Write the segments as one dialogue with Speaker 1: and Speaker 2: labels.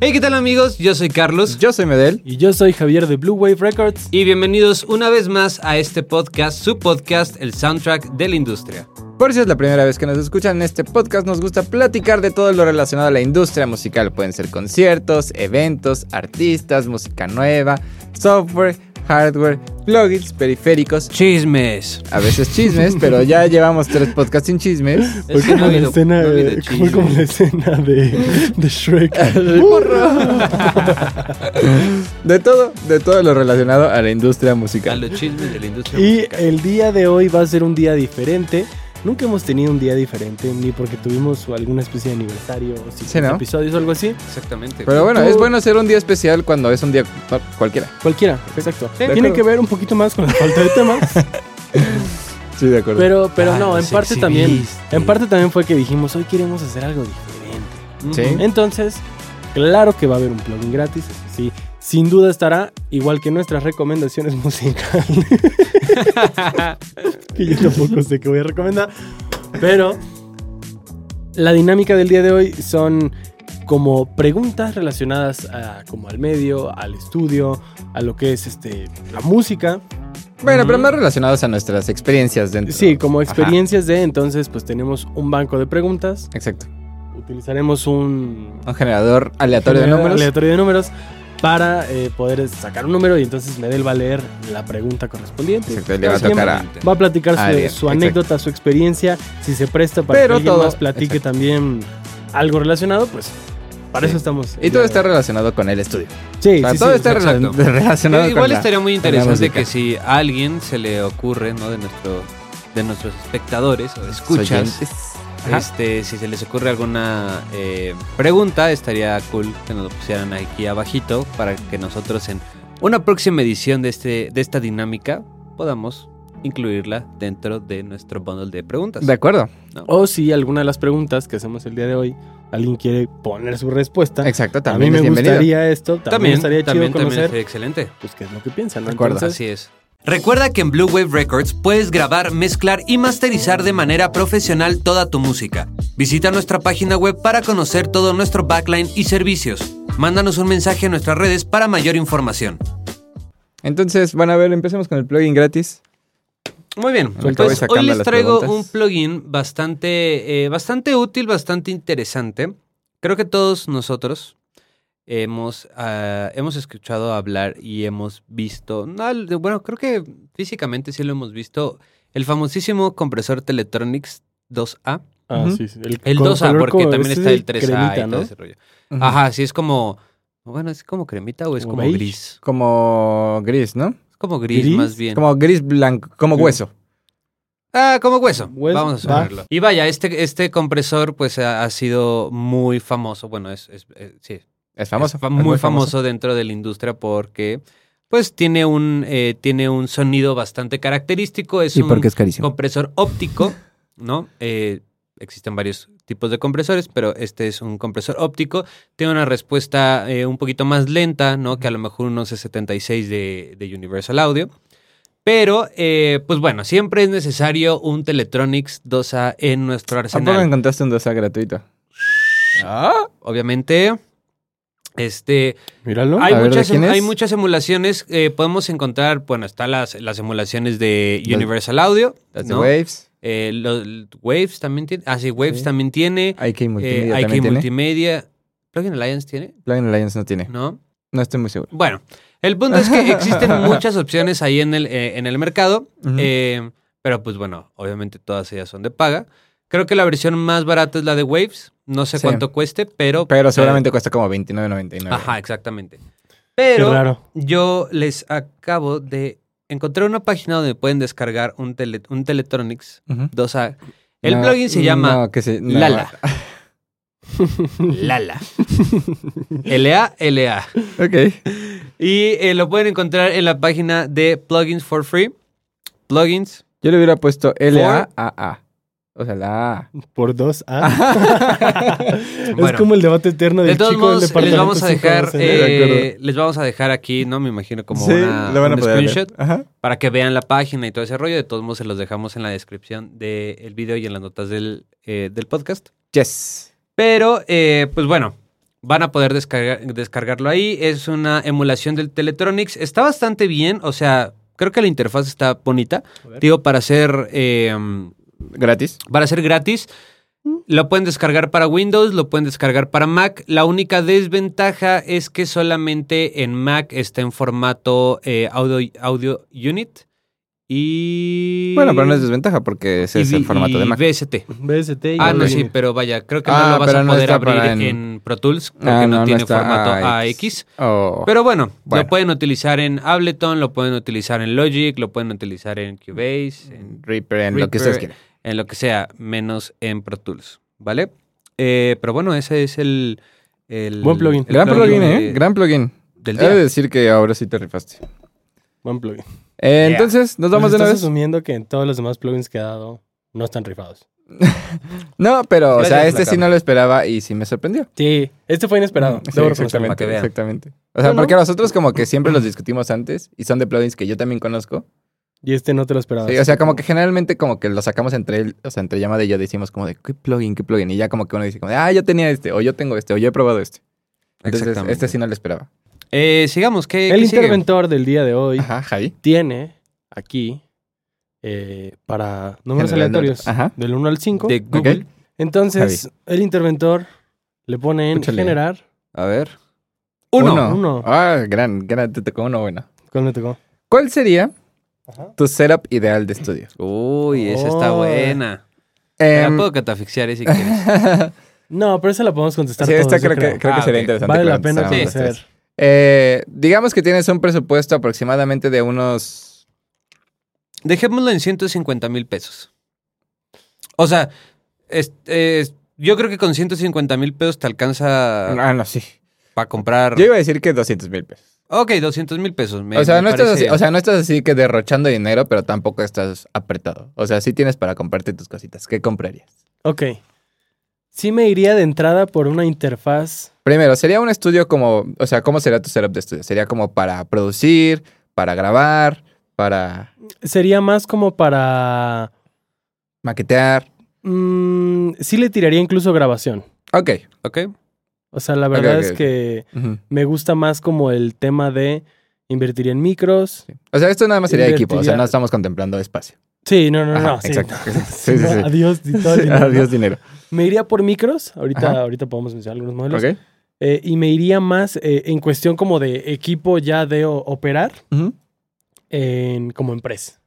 Speaker 1: Hey, ¿qué tal amigos? Yo soy Carlos.
Speaker 2: Yo soy Medel.
Speaker 3: Y yo soy Javier de Blue Wave Records.
Speaker 1: Y bienvenidos una vez más a este podcast, su podcast, el soundtrack de la industria.
Speaker 2: Por si es la primera vez que nos escuchan en este podcast, nos gusta platicar de todo lo relacionado a la industria musical. Pueden ser conciertos, eventos, artistas, música nueva, software, hardware, plugins, periféricos,
Speaker 1: Chismes.
Speaker 2: a veces chismes, pero ya llevamos tres podcasts sin chismes.
Speaker 3: Fue
Speaker 1: Es que
Speaker 3: como,
Speaker 1: no ha
Speaker 3: la
Speaker 1: habido-
Speaker 3: escena,
Speaker 1: no ha habido
Speaker 3: eh, fue
Speaker 1: chismes.
Speaker 3: como la escena de, de Shrek.
Speaker 2: De todo, de todo lo relacionado a la industria musical.
Speaker 1: A los chismes de la industria.
Speaker 3: Y
Speaker 1: musical.
Speaker 3: el día de hoy va a ser un día diferente. Nunca hemos tenido un día diferente, ni porque tuvimos alguna especie de aniversario o si
Speaker 2: Sí, ¿no?
Speaker 3: episodios o algo así.
Speaker 1: Exactamente.
Speaker 2: Pero bueno,
Speaker 3: Tú-
Speaker 2: es bueno hacer un día especial cuando es un día no, cualquiera.
Speaker 3: Cualquiera, exacto.
Speaker 2: de
Speaker 3: Tiene
Speaker 2: acuerdo.
Speaker 3: que ver un poquito más con la falta de temas,
Speaker 2: Sí, de acuerdo.
Speaker 3: pero, pero
Speaker 1: Ah,
Speaker 3: no, en
Speaker 1: los
Speaker 3: parte también,
Speaker 1: exhibiste.
Speaker 3: en parte también fue que dijimos hoy queremos hacer algo diferente.
Speaker 1: Ujú.
Speaker 2: sí.
Speaker 3: Entonces, claro que va a haber un plugin gratis, eso sí. Sin duda estará, igual que nuestras recomendaciones musicales. que yo tampoco sé qué voy a recomendar. Pero la dinámica del día de hoy son como preguntas relacionadas a, como al medio, al estudio, a lo que es este, la música.
Speaker 2: Bueno, pero más relacionados a nuestras experiencias dentro.
Speaker 3: Sí, como
Speaker 2: Ajá,
Speaker 3: experiencias de entonces, pues tenemos un banco de preguntas.
Speaker 2: Exacto.
Speaker 3: Utilizaremos un
Speaker 2: Un generador aleatorio
Speaker 3: Genera
Speaker 2: de números.
Speaker 3: aleatorio de números para eh, poder sacar un número y entonces Medel va a leer la pregunta correspondiente.
Speaker 2: Exacto, le va a
Speaker 3: Cada quien
Speaker 2: tocar a.
Speaker 1: Exactamente.
Speaker 3: va a platicar su,
Speaker 2: Alguien,
Speaker 3: su
Speaker 2: exacto.
Speaker 3: anécdota, su experiencia, si se presta para
Speaker 2: Pero
Speaker 3: que alguien
Speaker 2: todo-
Speaker 3: más platique
Speaker 2: exacto.
Speaker 3: también algo relacionado, pues para
Speaker 2: Sí.
Speaker 3: eso estamos.
Speaker 2: Y todo está relacionado con el estudio.
Speaker 3: Sí,
Speaker 2: O sea,
Speaker 3: sí,
Speaker 2: todo
Speaker 3: sí,
Speaker 2: está
Speaker 3: exacto.
Speaker 2: rela-
Speaker 1: exacto.
Speaker 2: relacionado
Speaker 1: Eh, Igual
Speaker 2: con la-
Speaker 1: estaría muy
Speaker 2: con la
Speaker 1: interesante
Speaker 2: música.
Speaker 1: que si a alguien se le ocurre, ¿no? De nuestro de nuestros espectadores o escuchas,
Speaker 2: Oyentes. Ajá.
Speaker 1: este, si se les ocurre alguna eh, pregunta, estaría cool que nos lo pusieran aquí abajito para que nosotros en una próxima edición de este de esta dinámica podamos incluirla dentro de nuestro bundle de preguntas.
Speaker 2: De acuerdo.
Speaker 3: O si alguna de las preguntas que hacemos el día de hoy, alguien quiere poner su respuesta.
Speaker 2: Exacto,
Speaker 3: a mí
Speaker 2: también
Speaker 3: me
Speaker 2: es bienvenido.
Speaker 3: gustaría esto, también,
Speaker 1: también,
Speaker 3: estaría
Speaker 1: también,
Speaker 3: chido
Speaker 1: también
Speaker 3: conocer.
Speaker 1: sería excelente.
Speaker 3: pues qué es lo que piensan, ¿no?
Speaker 2: De acuerdo.
Speaker 3: Entonces,
Speaker 1: Así es. Recuerda que en Blue Wave Records puedes grabar, mezclar y masterizar de manera profesional toda tu música. Visita nuestra página web para conocer todo nuestro backline y servicios. Mándanos un mensaje a nuestras redes para mayor información.
Speaker 2: Entonces, van a ver, empecemos con el plugin gratis.
Speaker 1: Muy bien,
Speaker 2: Bueno, acabo de
Speaker 1: pues
Speaker 2: sacar
Speaker 1: hoy les
Speaker 2: las
Speaker 1: traigo
Speaker 2: preguntas.
Speaker 1: un plugin bastante, eh, bastante útil, bastante interesante. Creo que todos nosotros hemos, ah, hemos escuchado hablar y hemos visto, no, al- de- bueno, creo que físicamente sí lo hemos visto, el famosísimo compresor Teletronics 2A.
Speaker 3: ah,
Speaker 2: Ujú.
Speaker 3: sí, sí, el,
Speaker 1: El
Speaker 3: con
Speaker 1: 2A,
Speaker 3: color
Speaker 1: porque
Speaker 3: como-
Speaker 1: también
Speaker 3: ese
Speaker 1: está
Speaker 3: es
Speaker 1: el 3A
Speaker 3: cremita,
Speaker 1: y
Speaker 3: ¿no?
Speaker 1: todo ese rollo. Ajá, sí, es como, bueno, es como cremita o es
Speaker 3: Como
Speaker 1: como
Speaker 3: beige.
Speaker 1: gris.
Speaker 2: Como gris, ¿no?
Speaker 1: Es como gris,
Speaker 3: ¿Gris?
Speaker 1: más Pues bien.
Speaker 2: Como gris blanco, como
Speaker 3: Sí.
Speaker 2: hueso.
Speaker 1: Ah, como hueso.
Speaker 3: Hueso,
Speaker 1: Vamos a
Speaker 3: va.
Speaker 1: suponerlo. Y vaya, este, este compresor pues ha, ha sido muy famoso. Bueno, es, es- eh, sí, es
Speaker 2: Es famoso.
Speaker 1: fa-
Speaker 2: es
Speaker 1: muy, famoso, dentro de la industria porque pues tiene un, eh, tiene un sonido bastante característico. Es un
Speaker 2: es carísimo.
Speaker 1: compresor óptico, ¿no? Eh, existen varios tipos de compresores, pero este es un compresor óptico. Tiene una respuesta eh, un poquito más lenta, ¿no? Que a lo mejor un 1176 de, de Universal Audio. Pero, eh, pues bueno, siempre es necesario un Teletronics 2A en nuestro
Speaker 2: ¿A poco
Speaker 1: arsenal.
Speaker 2: encontraste un 2A gratuito? Ah,
Speaker 1: Obviamente, este,
Speaker 3: Míralo.
Speaker 1: Hay,
Speaker 2: A ver, ¿de
Speaker 1: muchas, em,
Speaker 2: quién
Speaker 1: hay
Speaker 2: es?
Speaker 1: muchas emulaciones. eh, podemos encontrar, bueno, están las, las emulaciones de
Speaker 2: Las-
Speaker 1: Universal Audio.
Speaker 2: las de
Speaker 1: ¿no?
Speaker 2: Waves,
Speaker 1: Eh, lo- l- Waves también tiene. Ah, sí, Waves
Speaker 3: Sí.
Speaker 1: también tiene.
Speaker 2: IK Multimedia
Speaker 1: eh,
Speaker 2: también
Speaker 1: IK
Speaker 2: tiene.
Speaker 1: Multimedia. ¿Plugin Alliance tiene?
Speaker 2: Plugin Alliance no tiene.
Speaker 1: ¿No?
Speaker 2: No estoy muy seguro.
Speaker 1: Bueno, el punto es que existen muchas opciones ahí en el, eh, en el mercado.
Speaker 2: Ujú.
Speaker 1: eh, pero pues bueno, obviamente todas ellas son de paga. Creo que la versión más barata es la de Waves. No sé
Speaker 2: Sí.
Speaker 1: cuánto cueste, pero.
Speaker 2: Pero seguramente cuesta como 29.99.
Speaker 1: eh, Ajá, exactamente.
Speaker 3: Qué
Speaker 1: Pero.
Speaker 3: raro.
Speaker 1: Yo les acabo de encontrar una página donde pueden descargar un, tele, un Teletronics
Speaker 2: Ujú.
Speaker 1: 2A. El
Speaker 2: No,
Speaker 1: plugin se llama
Speaker 2: no, que se- no.
Speaker 1: Lala. Lala. L-A-L-A.
Speaker 2: Ok.
Speaker 1: Y eh, lo pueden encontrar en la página de Plugins for Free. Plugins.
Speaker 2: Yo le hubiera puesto L-A-A-A. O sea, la A.
Speaker 3: Por dos A. es
Speaker 1: Bueno.
Speaker 3: como el debate eterno del
Speaker 1: De todos
Speaker 3: chico del
Speaker 1: modos, les
Speaker 3: departamento
Speaker 1: vamos a
Speaker 3: cinco
Speaker 1: dejar,
Speaker 3: doce.
Speaker 2: de acuerdo.
Speaker 1: eh, les vamos a dejar aquí, ¿no? Me imagino como
Speaker 2: sí,
Speaker 1: una,
Speaker 2: lo van a
Speaker 1: un
Speaker 2: poder ver.
Speaker 1: screenshot
Speaker 2: Ajá.
Speaker 1: para que vean la página y todo ese rollo. De todos modos, se los dejamos en la descripción del video y en las notas del, eh, del podcast.
Speaker 2: Yes.
Speaker 1: Pero, eh, pues bueno, Van a poder descargar, descargarlo ahí. Es una emulación del Teletronics. Está bastante bien. O sea, creo que la interfaz está bonita.
Speaker 3: A ver.
Speaker 1: Digo, para ser, eh,
Speaker 2: Gratis.
Speaker 1: para ser gratis. Lo pueden descargar para Windows, lo pueden descargar para Mac. La única desventaja es que solamente en Mac está en formato eh, audio, audio unit. Y.
Speaker 2: Bueno, pero no es desventaja porque ese es
Speaker 1: y-
Speaker 2: el formato de
Speaker 1: y
Speaker 2: Mac.
Speaker 1: VST.
Speaker 3: BST y
Speaker 1: Ah,
Speaker 3: Audio
Speaker 1: no, sí,
Speaker 3: Unit.
Speaker 1: pero vaya, creo que
Speaker 2: Ah,
Speaker 1: no lo vas
Speaker 2: pero
Speaker 1: a
Speaker 2: no
Speaker 1: poder
Speaker 2: está
Speaker 1: abrir
Speaker 2: para en-
Speaker 1: en... Pro Tools porque
Speaker 2: Ah,
Speaker 1: no, tiene
Speaker 2: está
Speaker 1: formato
Speaker 2: AX.
Speaker 1: AX.
Speaker 2: Oh.
Speaker 1: Pero bueno,
Speaker 2: Bueno.
Speaker 1: lo pueden utilizar en Ableton, lo pueden utilizar en Logic, lo pueden utilizar en Cubase, en,
Speaker 2: Reaper, en lo que
Speaker 1: Reaper.
Speaker 2: ustedes quieran.
Speaker 1: en lo que sea, menos en Pro Tools, ¿vale? Eh, pero bueno, ese es el... el-
Speaker 3: Buen plugin.
Speaker 1: el
Speaker 2: Gran plugin,
Speaker 1: de-
Speaker 2: ¿eh? Gran plugin.
Speaker 1: Del
Speaker 2: He de
Speaker 1: día.
Speaker 2: decir que ahora sí te rifaste.
Speaker 3: Buen plugin.
Speaker 2: Eh,
Speaker 1: Yeah.
Speaker 2: Entonces, ¿nos vamos de
Speaker 3: Pues
Speaker 2: una
Speaker 3: estás
Speaker 2: vez?
Speaker 3: asumiendo que en todos los demás plugins que ha dado no están rifados.
Speaker 2: No, pero, o sea,
Speaker 1: Gracias,
Speaker 2: este sí
Speaker 1: Lacan.
Speaker 2: no lo esperaba y sí me sorprendió.
Speaker 3: Sí, este fue
Speaker 1: Mm,
Speaker 3: inesperado.
Speaker 2: Sí,
Speaker 3: debo reconocerlo.
Speaker 1: para
Speaker 2: exactamente,
Speaker 1: que vean.
Speaker 2: exactamente. O sea,
Speaker 3: Bueno.
Speaker 2: porque nosotros como que siempre los discutimos antes y son de plugins que yo también conozco.
Speaker 3: Y este no te lo esperaba.
Speaker 2: Sí, o sea, como que generalmente como que lo sacamos entre él, o sea, entre llamada y yo decimos como de qué plugin, qué plugin y ya como que uno dice como de, ah, yo tenía este o yo tengo este o yo he probado este. Entonces,
Speaker 1: Exactamente.
Speaker 2: este sí no lo esperaba.
Speaker 1: Eh, sigamos, ¿qué,
Speaker 3: El
Speaker 1: qué sigue?
Speaker 3: interventor del día de hoy
Speaker 2: Ajá, Javi.
Speaker 3: tiene aquí eh, para números
Speaker 2: General
Speaker 3: aleatorios
Speaker 2: notas. Ajá.
Speaker 3: del 1 al 5.
Speaker 1: De Google.
Speaker 2: Ok.
Speaker 3: Entonces, el interventor le pone en
Speaker 2: Escúchale.
Speaker 3: generar
Speaker 1: A ver. Uno.
Speaker 2: Uno.
Speaker 3: uno.
Speaker 2: Ah, gran, gran, te tocó uno bueno.
Speaker 3: ¿Cuál me tocó?
Speaker 2: ¿Cuál sería
Speaker 3: Ajá.
Speaker 2: tu setup ideal de estudio?
Speaker 1: Uy, esa está
Speaker 3: Oh.
Speaker 1: buena.
Speaker 2: Eh,
Speaker 1: La puedo catafixiar ahí si quieres.
Speaker 3: No, pero esa la podemos contestar
Speaker 2: sí,
Speaker 3: todos,
Speaker 2: esta
Speaker 3: yo
Speaker 2: creo, que,
Speaker 3: creo.
Speaker 2: creo que
Speaker 1: Ah,
Speaker 2: sería
Speaker 1: ok.
Speaker 2: interesante.
Speaker 3: Vale
Speaker 2: que
Speaker 3: la
Speaker 2: lo
Speaker 3: pena
Speaker 2: contestáramos los tres.
Speaker 3: conocer.
Speaker 2: Eh, digamos que tienes un presupuesto aproximadamente de unos...
Speaker 1: Dejémoslo en 150 mil pesos. O sea, este, es- yo creo que con 150 mil pesos te alcanza
Speaker 2: Ah, no, sí.
Speaker 1: para comprar.
Speaker 2: Yo iba a decir que 200 mil pesos.
Speaker 1: Ok, 200 mil pesos. me-
Speaker 2: o, sea,
Speaker 1: me
Speaker 2: no estás así,
Speaker 1: parece-
Speaker 2: o sea, no estás así que derrochando dinero, pero tampoco estás apretado. O sea, sí tienes para comprarte tus cositas. ¿Qué comprarías?
Speaker 3: Ok. Sí me iría de entrada por una interfaz.
Speaker 2: Primero, sería un estudio como, o sea, ¿cómo sería tu setup de estudio? Sería como para producir, para grabar, para
Speaker 3: Sería más como para...
Speaker 2: maquetear.
Speaker 3: mm, sí le tiraría incluso grabación.
Speaker 2: Ok.
Speaker 1: Ok.
Speaker 3: O sea, la verdad
Speaker 2: ok,
Speaker 3: es
Speaker 2: ok.
Speaker 3: que
Speaker 2: Ujú.
Speaker 3: me gusta más como el tema de invertir en micros.
Speaker 2: O sea, esto nada más sería equipo. O sea,
Speaker 3: Invertiría-
Speaker 2: no estamos contemplando espacio.
Speaker 3: Sí, no, no,
Speaker 2: Ajá,
Speaker 3: no. sí.
Speaker 2: exacto. Sí, sí,
Speaker 3: No,
Speaker 2: sí.
Speaker 3: Adiós, y todo el dinero, ¿no?
Speaker 2: Adiós dinero.
Speaker 3: Me iría por micros. Ahorita,
Speaker 2: Ajá.
Speaker 3: ahorita podemos mencionar algunos modelos.
Speaker 2: Ok.
Speaker 3: Eh, y me iría más eh, en cuestión como de equipo ya de o- operar
Speaker 2: Ujú.
Speaker 3: en, como empresa,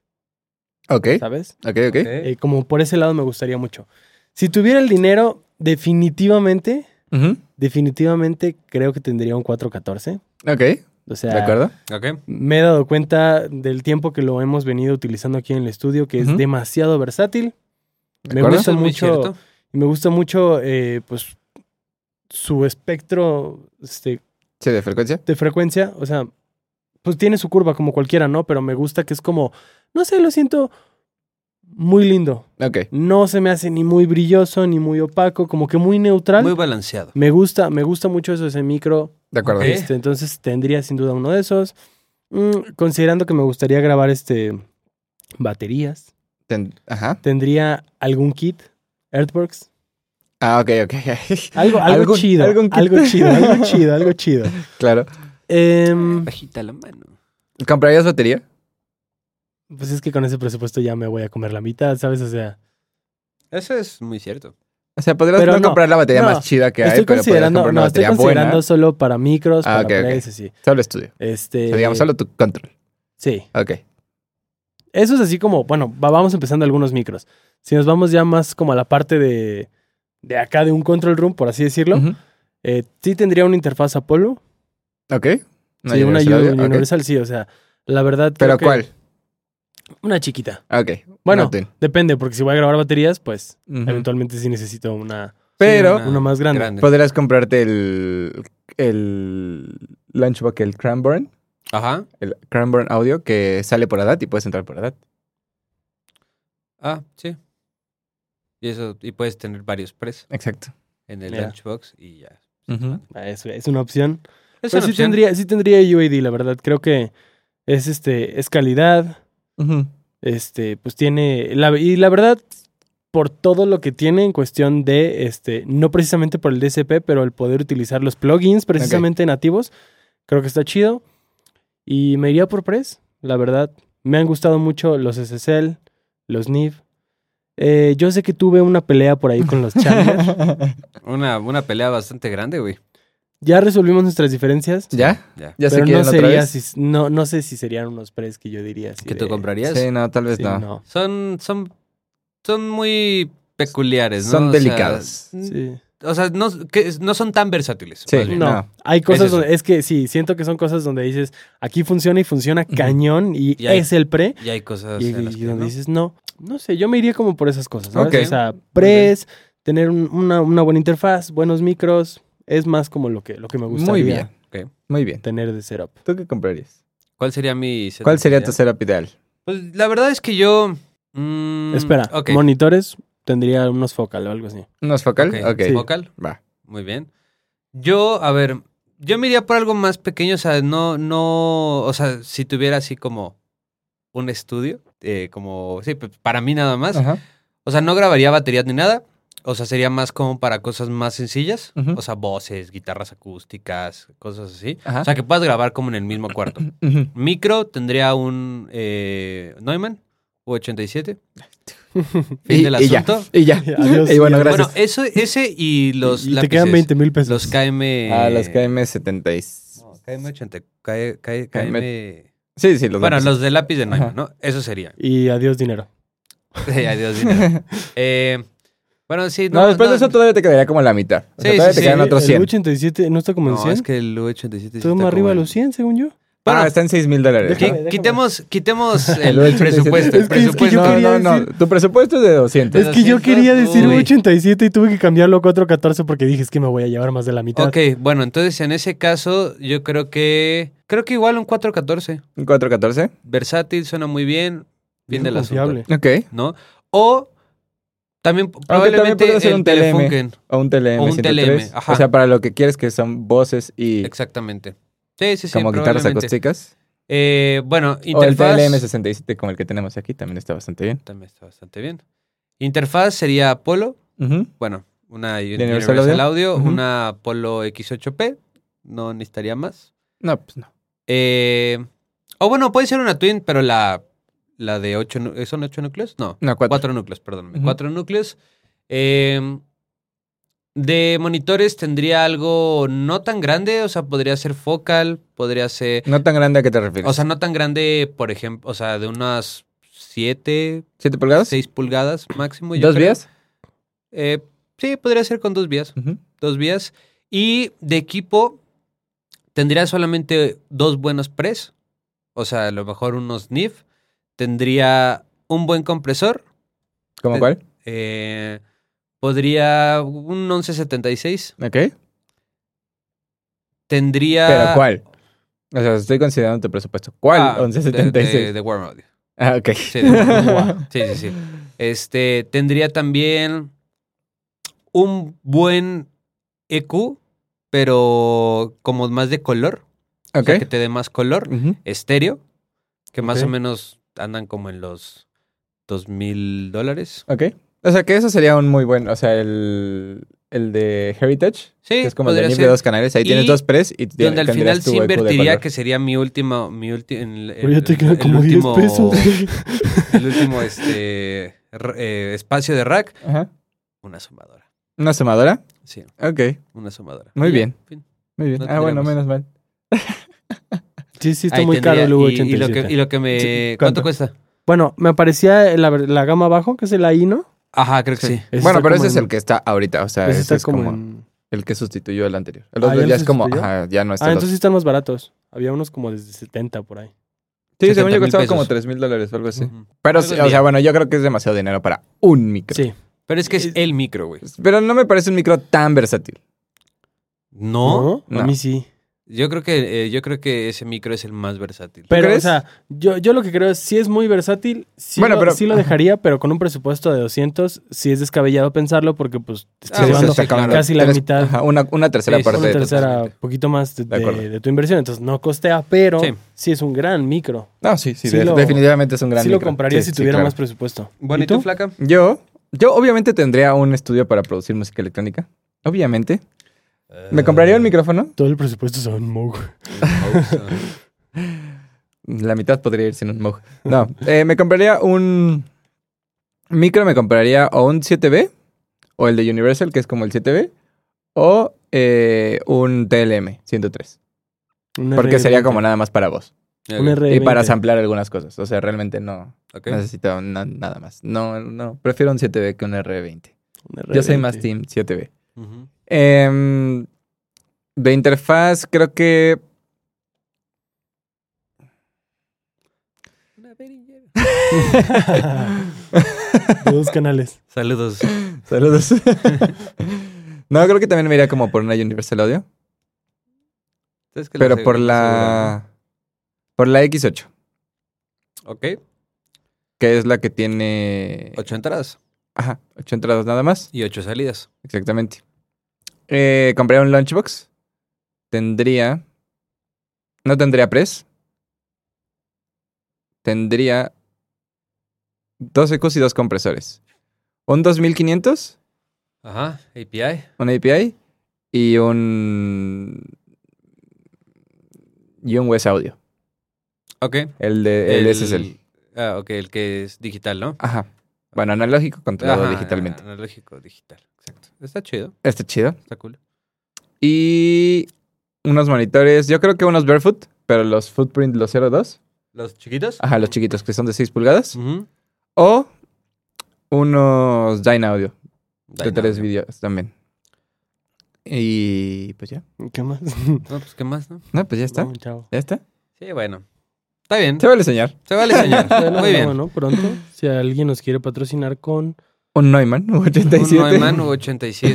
Speaker 2: Ok.
Speaker 3: ¿sabes?
Speaker 2: Ok, ok.
Speaker 3: Eh, como por ese lado me gustaría mucho. Si tuviera el dinero, definitivamente,
Speaker 2: Ujú.
Speaker 3: definitivamente creo que tendría un 414.
Speaker 2: Ok.
Speaker 3: O sea,
Speaker 2: ¿De acuerdo?
Speaker 1: Ok.
Speaker 3: me he dado cuenta del tiempo que lo hemos venido utilizando aquí en el estudio, que
Speaker 2: Ujú.
Speaker 3: es demasiado versátil.
Speaker 2: ¿De
Speaker 3: Me
Speaker 2: acuerdo?
Speaker 3: gusta
Speaker 1: Eso es muy
Speaker 3: mucho.
Speaker 1: cierto.
Speaker 3: Y me gusta mucho, eh, pues, su espectro este,
Speaker 2: Sí, de frecuencia.
Speaker 3: de frecuencia. O sea, pues tiene su curva como cualquiera, ¿no? Pero me gusta que es como, no sé, lo siento muy lindo.
Speaker 2: Ok.
Speaker 3: No se me hace ni muy brilloso, ni muy opaco, como que muy neutral.
Speaker 1: Muy balanceado.
Speaker 3: Me gusta, me gusta mucho eso, ese micro.
Speaker 2: De acuerdo.
Speaker 1: Ok.
Speaker 3: Este, entonces tendría sin duda uno de esos. Mm, considerando que me gustaría grabar este baterías,
Speaker 2: Ten- Ajá.
Speaker 3: tendría algún kit, Earthworks.
Speaker 2: Ah, ok, ok.
Speaker 3: Algo, algo
Speaker 2: Algún-
Speaker 3: chido.
Speaker 2: algún kit.
Speaker 3: Algo chido, algo chido, algo chido.
Speaker 2: claro.
Speaker 3: Em,
Speaker 1: Bajita la mano.
Speaker 2: ¿Comprarías batería?
Speaker 3: pues es que con ese presupuesto ya me voy a comer la mitad, ¿sabes? O sea,
Speaker 1: Eso es muy cierto.
Speaker 2: O sea, podrías
Speaker 3: Pero
Speaker 2: no,
Speaker 3: no,
Speaker 2: comprar la batería
Speaker 3: no.
Speaker 2: más chida que hay,
Speaker 3: estoy
Speaker 2: pero podrías
Speaker 3: considerando,
Speaker 2: comprar una
Speaker 3: no, estoy
Speaker 2: batería
Speaker 3: considerando
Speaker 2: buena.
Speaker 3: solo para micros,
Speaker 2: Ah,
Speaker 3: para
Speaker 2: ok, ok.
Speaker 3: presses, sí.
Speaker 2: Solo estudio.
Speaker 3: Este,
Speaker 2: O sea, digamos, solo tu control.
Speaker 3: Sí.
Speaker 2: Ok.
Speaker 3: Eso es así como, bueno, va- vamos empezando algunos micros. Si nos vamos ya más como a la parte de, de acá de un control room, por así decirlo,
Speaker 2: Ujú.
Speaker 3: eh, sí tendría una interfaz Apollo.
Speaker 2: Ok. Una
Speaker 3: sí, una
Speaker 2: Universal Audio, ok.
Speaker 3: Universal, sí, o sea, la verdad. creo
Speaker 2: ¿Pero
Speaker 3: que-
Speaker 2: cuál?
Speaker 3: Una chiquita.
Speaker 2: Ok.
Speaker 3: Bueno,
Speaker 2: una Twin.
Speaker 3: depende, porque si voy a grabar baterías, pues
Speaker 2: Ujú.
Speaker 3: eventualmente sí necesito una,
Speaker 2: Pero
Speaker 1: Sí,
Speaker 3: una más grande. Pues-
Speaker 1: grande.
Speaker 2: podrías comprarte el... El... Lunchbox, el Cranburn.
Speaker 1: Ajá.
Speaker 2: El Cranburn Audio que sale por ADAT y puedes entrar por ADAT.
Speaker 1: Ah, sí. Y eso, y puedes tener varios press
Speaker 2: Exacto.
Speaker 1: en el
Speaker 3: Mira.
Speaker 1: lunchbox y ya.
Speaker 2: Ujú.
Speaker 3: Ah, Es, es una opción.
Speaker 1: Es
Speaker 3: Pero
Speaker 1: una
Speaker 3: Pues sí
Speaker 1: opción.
Speaker 3: tendría, sí tendría UAD, la verdad. Creo que es este, es calidad.
Speaker 2: Ujú.
Speaker 3: Este, pues tiene. la- y la verdad, por todo lo que tiene en cuestión de, este, no precisamente por el DSP, pero el poder utilizar los plugins precisamente nativos, creo que está chido. Y me iría por Press, la verdad. Me han gustado mucho los SSL, los NIV. Eh, yo sé que tuve una pelea por ahí con los Chandler.
Speaker 1: Una, una pelea bastante grande, güey.
Speaker 3: ya resolvimos nuestras diferencias.
Speaker 2: ¿Ya?
Speaker 1: Ya.
Speaker 2: ¿Ya se
Speaker 3: pero
Speaker 2: quieren
Speaker 3: no,
Speaker 2: otra
Speaker 3: sería
Speaker 2: vez?
Speaker 3: si- no, no sé si serían unos Press que yo diría. así
Speaker 1: ¿Que tú
Speaker 3: de-
Speaker 1: comprarías?
Speaker 2: Sí, no, tal vez
Speaker 3: sí,
Speaker 2: no.
Speaker 3: no.
Speaker 1: Son, son, son muy peculiares, ¿no?
Speaker 2: Son
Speaker 1: O sea,
Speaker 2: delicadas.
Speaker 1: n-
Speaker 3: Sí.
Speaker 1: O sea, no, que es- no son tan versátiles.
Speaker 2: Sí.
Speaker 1: más bien.
Speaker 3: No,
Speaker 2: No.
Speaker 3: hay
Speaker 1: Es
Speaker 3: cosas
Speaker 1: eso.
Speaker 3: donde, es que sí, siento que son cosas donde dices, aquí funciona y funciona cañón y
Speaker 1: Y hay-
Speaker 3: es el pre.
Speaker 1: Y hay cosas
Speaker 3: Y,
Speaker 1: en las
Speaker 3: y
Speaker 1: que
Speaker 3: donde
Speaker 1: no.
Speaker 3: dices, no, no sé, yo me iría como por esas cosas, ¿sabes?
Speaker 2: Ok.
Speaker 3: O sea, pres, tener un- una, una buena interfaz, buenos micros, es más como lo que, lo que me gustaría
Speaker 2: Muy bien.
Speaker 1: Ok.
Speaker 2: Muy bien.
Speaker 3: tener de setup.
Speaker 2: ¿Tú qué comprarías?
Speaker 1: ¿Cuál sería mi setup
Speaker 2: ¿Cuál sería
Speaker 1: ideal?
Speaker 2: tu setup ideal?
Speaker 1: Pues la verdad es que yo... mm,
Speaker 3: Espera,
Speaker 1: ok.
Speaker 3: monitores, tendría unos focal o algo así.
Speaker 2: ¿Unos focal?
Speaker 1: Ok,
Speaker 2: Ok.
Speaker 3: Sí.
Speaker 1: Vocal,
Speaker 2: Va.
Speaker 1: muy bien. Yo, a ver, yo me iría por algo más pequeño, o sea, no, no, o sea, si tuviera así como un estudio, eh, como, sí, pues, para mí nada más.
Speaker 2: Ajá.
Speaker 1: O sea, no grabaría baterías ni nada. O sea, sería más como para cosas más sencillas.
Speaker 2: Ujú.
Speaker 1: O sea, voces, guitarras acústicas, cosas así.
Speaker 2: Ajá.
Speaker 1: O sea, que puedas grabar como en el mismo cuarto.
Speaker 2: Ujú.
Speaker 1: Micro tendría un eh, Neumann U87. Fin del
Speaker 2: ya,
Speaker 1: asunto.
Speaker 2: Y ya.
Speaker 3: Adiós.
Speaker 2: y bueno, gracias.
Speaker 1: Bueno, eso, ese y los
Speaker 3: y te
Speaker 1: lápices.
Speaker 3: quedan 20 mil pesos.
Speaker 1: Los KM.
Speaker 2: Ah, los KM70.
Speaker 1: No, KM80. K- K-
Speaker 2: KM.
Speaker 1: KM.
Speaker 2: Sí, sí, los
Speaker 1: Bueno,
Speaker 2: lápices.
Speaker 1: los de lápiz de Neumann,
Speaker 2: Ajá.
Speaker 1: ¿no? Eso sería.
Speaker 3: Y adiós dinero.
Speaker 1: Sí, adiós, dinero. Eh, bueno, sí.
Speaker 2: No, después de eso todavía te quedaría como la mitad. O sea,
Speaker 1: Sí,
Speaker 2: todavía
Speaker 1: sí,
Speaker 2: te
Speaker 1: sí.
Speaker 2: quedan
Speaker 1: En
Speaker 2: otros
Speaker 3: el
Speaker 2: 100.
Speaker 3: 87 no está como en
Speaker 1: No,
Speaker 3: 100.
Speaker 1: es que el U87 sí
Speaker 3: Todo
Speaker 1: está
Speaker 3: más arriba
Speaker 1: como
Speaker 3: de
Speaker 1: en-
Speaker 3: los 100, según yo.
Speaker 2: Ah,
Speaker 1: Bueno,
Speaker 2: está en 6 mil dólares.
Speaker 1: qui-
Speaker 3: Déjame, déjame.
Speaker 1: quitemos, quitemos el,
Speaker 2: El 87.
Speaker 1: presupuesto. el
Speaker 3: Es que- es que yo
Speaker 1: presupuesto.
Speaker 2: No,
Speaker 3: quería
Speaker 2: no, no.
Speaker 3: decir-
Speaker 2: Tu presupuesto es de 200.
Speaker 3: Es que yo
Speaker 1: 200,
Speaker 3: quería decir
Speaker 1: uy.
Speaker 3: 87 y tuve que cambiarlo a 414 porque dije, es que me voy a llevar más de la mitad.
Speaker 1: Ok, bueno, entonces en ese caso yo creo que... Creo que igual un 414.
Speaker 2: ¿Un 414?
Speaker 1: Versátil, suena muy bien. Bien del asunto.
Speaker 3: Confiable.
Speaker 2: Ok.
Speaker 1: ¿No? O también
Speaker 2: también
Speaker 1: probablemente
Speaker 2: podría ser
Speaker 1: el
Speaker 2: un TLM.
Speaker 1: Telefunken.
Speaker 2: O un TLM.
Speaker 1: O un
Speaker 2: 103.
Speaker 1: TLM, ajá.
Speaker 2: O sea, para lo que quieres que son voces y
Speaker 1: Exactamente. Sí, sí, sí.
Speaker 2: como guitarras
Speaker 1: probablemente.
Speaker 2: acústicas.
Speaker 1: Eh, bueno,
Speaker 2: O el
Speaker 1: interfaz...
Speaker 2: TLM67 como el que tenemos aquí también está bastante bien.
Speaker 1: También está bastante bien. Interfaz sería Apollo.
Speaker 2: Ujú.
Speaker 1: bueno, una
Speaker 2: Universal
Speaker 1: Universal, Audio,
Speaker 2: Ujú.
Speaker 1: una Polo X8P, no necesitaría más.
Speaker 2: No, pues no.
Speaker 1: Eh, o bueno, puede ser una Twin, pero la, la de 8, ¿son 8 núcleos? No,
Speaker 2: No, 4.
Speaker 1: 4 núcleos, perdóname,
Speaker 2: Ujú.
Speaker 1: 4 núcleos. Eh, de monitores tendría algo no tan grande, o sea, podría ser focal, podría ser...
Speaker 2: No tan grande a qué te refieres.
Speaker 1: O sea, no tan grande, por ejemplo, o sea, de unas 7,
Speaker 2: ¿7 pulgadas?
Speaker 1: 6 pulgadas máximo. yo
Speaker 2: ¿Dos
Speaker 1: creo.
Speaker 2: vías?
Speaker 1: Eh, sí, podría ser con dos vías.
Speaker 2: Ujú.
Speaker 1: dos vías. Y de equipo tendría solamente dos buenos press, o sea, a lo mejor unos NIF. Tendría un buen compresor,
Speaker 2: ¿Cómo
Speaker 1: Eh,
Speaker 2: cuál?
Speaker 1: eh, podría un 1176,
Speaker 2: Ok.
Speaker 1: tendría...
Speaker 2: ¿Pero cuál? O sea, estoy considerando tu presupuesto. ¿Cuál?
Speaker 1: Ah, de-
Speaker 2: 1176.
Speaker 1: De, de Warm Audio.
Speaker 2: Ah, ok.
Speaker 1: Sí, de Warm Audio. sí, sí, sí. Este, tendría también un buen EQ, pero como más de color, o
Speaker 2: Ok.
Speaker 1: sea, que te dé más color.
Speaker 2: Ujú.
Speaker 1: estéreo, que más
Speaker 3: Ok.
Speaker 1: o menos andan como en los dos mil dólares.
Speaker 2: Ok. O sea, que eso sería un muy buen. O sea, el, el de Heritage,
Speaker 1: Sí,
Speaker 2: que es como el de
Speaker 1: podría
Speaker 2: NIF de
Speaker 1: ser.
Speaker 2: dos canales. Ahí
Speaker 1: Y
Speaker 2: tienes dos press y
Speaker 1: Donde al final
Speaker 2: tendrías tu
Speaker 1: sí
Speaker 2: EQ de
Speaker 1: invertiría
Speaker 2: color.
Speaker 1: que sería mi última, mi ulti- en- en-
Speaker 3: Pero ya te
Speaker 1: en-
Speaker 3: quedan
Speaker 1: el
Speaker 3: como 10
Speaker 1: último-
Speaker 3: pesos.
Speaker 1: El último este, r- eh, espacio de rack,
Speaker 2: Ajá.
Speaker 1: una sumadora.
Speaker 2: ¿Una sumadora?
Speaker 1: Sí,
Speaker 2: Ok.
Speaker 1: una sumadora.
Speaker 2: Muy
Speaker 1: Y ya,
Speaker 2: bien.
Speaker 1: fin.
Speaker 2: Muy bien.
Speaker 1: No
Speaker 2: ah, bueno,
Speaker 1: tendríamos.
Speaker 2: menos mal.
Speaker 3: Sí, sí, está
Speaker 1: Ahí
Speaker 3: muy caro
Speaker 1: tendría-
Speaker 3: el
Speaker 1: y-
Speaker 3: U87.
Speaker 1: Y, lo que, y lo que me...
Speaker 2: Sí,
Speaker 1: ¿Cuánto?
Speaker 2: ¿cuánto?
Speaker 1: cuesta?
Speaker 3: Bueno, me aparecía la, la gama abajo, que es el AI, ¿no?
Speaker 1: Ajá, creo que sí.
Speaker 3: Ese
Speaker 2: bueno, pero
Speaker 3: está como
Speaker 2: ese es
Speaker 3: en-
Speaker 2: el que está ahorita. O sea,
Speaker 3: ese
Speaker 2: ese
Speaker 3: está
Speaker 2: es como,
Speaker 3: como en-
Speaker 2: el que sustituyó al anterior. El
Speaker 3: Ah,
Speaker 2: otro ya
Speaker 3: ¿ya lo
Speaker 2: es como.
Speaker 3: sustituyó?
Speaker 2: Ajá, ya no está.
Speaker 3: Ah,
Speaker 2: el
Speaker 3: entonces sí están más baratos. Había unos como desde 70 por ahí.
Speaker 2: otro. sí, según yo
Speaker 1: 70,000
Speaker 2: costaba como
Speaker 1: pesos.
Speaker 2: 3 mil dólares o algo así.
Speaker 1: Ujú.
Speaker 2: Pero,
Speaker 1: Algo
Speaker 2: sí,
Speaker 1: bien.
Speaker 2: o sea, bueno, yo creo que es demasiado dinero para un micro.
Speaker 3: Sí.
Speaker 1: Pero es que es
Speaker 3: Es-
Speaker 1: el micro, güey.
Speaker 2: Pero no me parece un micro tan versátil.
Speaker 1: No,
Speaker 3: ¿No? A
Speaker 2: No.
Speaker 3: mí sí.
Speaker 1: Yo, creo que, eh, yo creo que ese micro es el más versátil.
Speaker 3: Pero,
Speaker 2: crees?
Speaker 3: o sea, yo, yo lo que creo es, sí es muy versátil, sí,
Speaker 2: Bueno,
Speaker 3: lo,
Speaker 2: pero-
Speaker 3: sí lo dejaría, pero con un presupuesto de 200, sí es descabellado pensarlo porque, pues,
Speaker 1: Ah,
Speaker 3: te estás
Speaker 1: sí,
Speaker 3: llevando
Speaker 1: sí, claro.
Speaker 3: casi la
Speaker 2: Tres-
Speaker 3: mitad.
Speaker 2: ajá, una, una tercera
Speaker 1: Sí, sí,
Speaker 2: parte
Speaker 3: una
Speaker 2: de tu
Speaker 3: tercera,
Speaker 1: totalmente.
Speaker 3: poquito más de,
Speaker 2: De acuerdo.
Speaker 3: de- de tu inversión. Entonces, no costea, pero
Speaker 1: Sí.
Speaker 3: sí, es un gran micro.
Speaker 2: No, sí, sí,
Speaker 3: Sí
Speaker 2: de-
Speaker 3: lo-
Speaker 2: definitivamente es un gran
Speaker 3: sí lo
Speaker 2: micro.
Speaker 3: compraría
Speaker 2: Sí,
Speaker 3: si
Speaker 2: sí,
Speaker 3: tuviera
Speaker 2: claro.
Speaker 3: más presupuesto.
Speaker 1: Bueno, ¿y tú, flaca?
Speaker 2: Yo, Yo obviamente tendría un estudio para producir música electrónica. Obviamente. ¿Me compraría un micrófono?
Speaker 3: Todo el presupuesto se va en Moog.
Speaker 2: La mitad podría irse en un Moog. No, eh, me compraría un micro, me compraría o un 7B, o el de Universal, que es como el 7B, o eh, un TLM 103.
Speaker 3: Un
Speaker 2: Porque sería
Speaker 3: RR20.
Speaker 2: como nada más para vos.
Speaker 3: Un
Speaker 2: Y
Speaker 3: RR20.
Speaker 2: para samplear algunas cosas. O sea, realmente no
Speaker 1: Ok.
Speaker 2: necesito na- nada más. No, no, prefiero un 7B que un R20.
Speaker 3: Un RR20.
Speaker 2: Yo soy más team 7B.
Speaker 1: Ujú.
Speaker 2: Em, de interfaz, creo que.
Speaker 3: De dos canales.
Speaker 1: Saludos.
Speaker 2: Saludos. no, creo que también me iría como por una Universal Audio.
Speaker 1: ¿Sabes qué?
Speaker 2: Pero
Speaker 1: sé-
Speaker 2: por la. Por la X8,
Speaker 1: Ok,
Speaker 2: que es la que tiene.
Speaker 1: ocho entradas
Speaker 2: Ajá, 8 entradas nada más.
Speaker 1: y ocho salidas.
Speaker 2: Exactamente. Eh, compré un lunchbox. Tendría. No tendría press. Tendría. Dos ecos y dos compresores. Un 2500,
Speaker 1: Ajá, API.
Speaker 2: un API. Y un. Y un West Audio.
Speaker 1: Ok.
Speaker 2: El de. El, SSL.
Speaker 1: Ah, ok, el que es digital, ¿no?
Speaker 2: Ajá. Bueno, analógico controlado
Speaker 1: Ajá,
Speaker 2: digitalmente.
Speaker 1: Analógico, digital. Exacto. Está chido,
Speaker 2: Está chido.
Speaker 1: está cool.
Speaker 2: Y. Unos monitores. Yo creo que unos barefoot. Pero los footprint, los 02.
Speaker 1: ¿Los chiquitos?
Speaker 2: Ajá, los chiquitos que son de 6 pulgadas.
Speaker 1: Ujú.
Speaker 2: O unos Dyne Audio de
Speaker 1: Dynamo.
Speaker 2: tres videos también. Y pues ya.
Speaker 3: ¿Qué más?
Speaker 1: No, pues, ¿qué más, no?
Speaker 2: No, pues ya está.
Speaker 3: No, chao.
Speaker 2: Ya está.
Speaker 1: Sí, bueno. Está bien.
Speaker 2: Se vale soñar.
Speaker 1: Se vale, señor.
Speaker 3: Ya nos
Speaker 1: Muy
Speaker 3: vamos,
Speaker 1: bien.
Speaker 3: ¿no? Pronto, si alguien nos quiere patrocinar con...
Speaker 2: Un Neumann un 87.
Speaker 1: Un Neumann U87,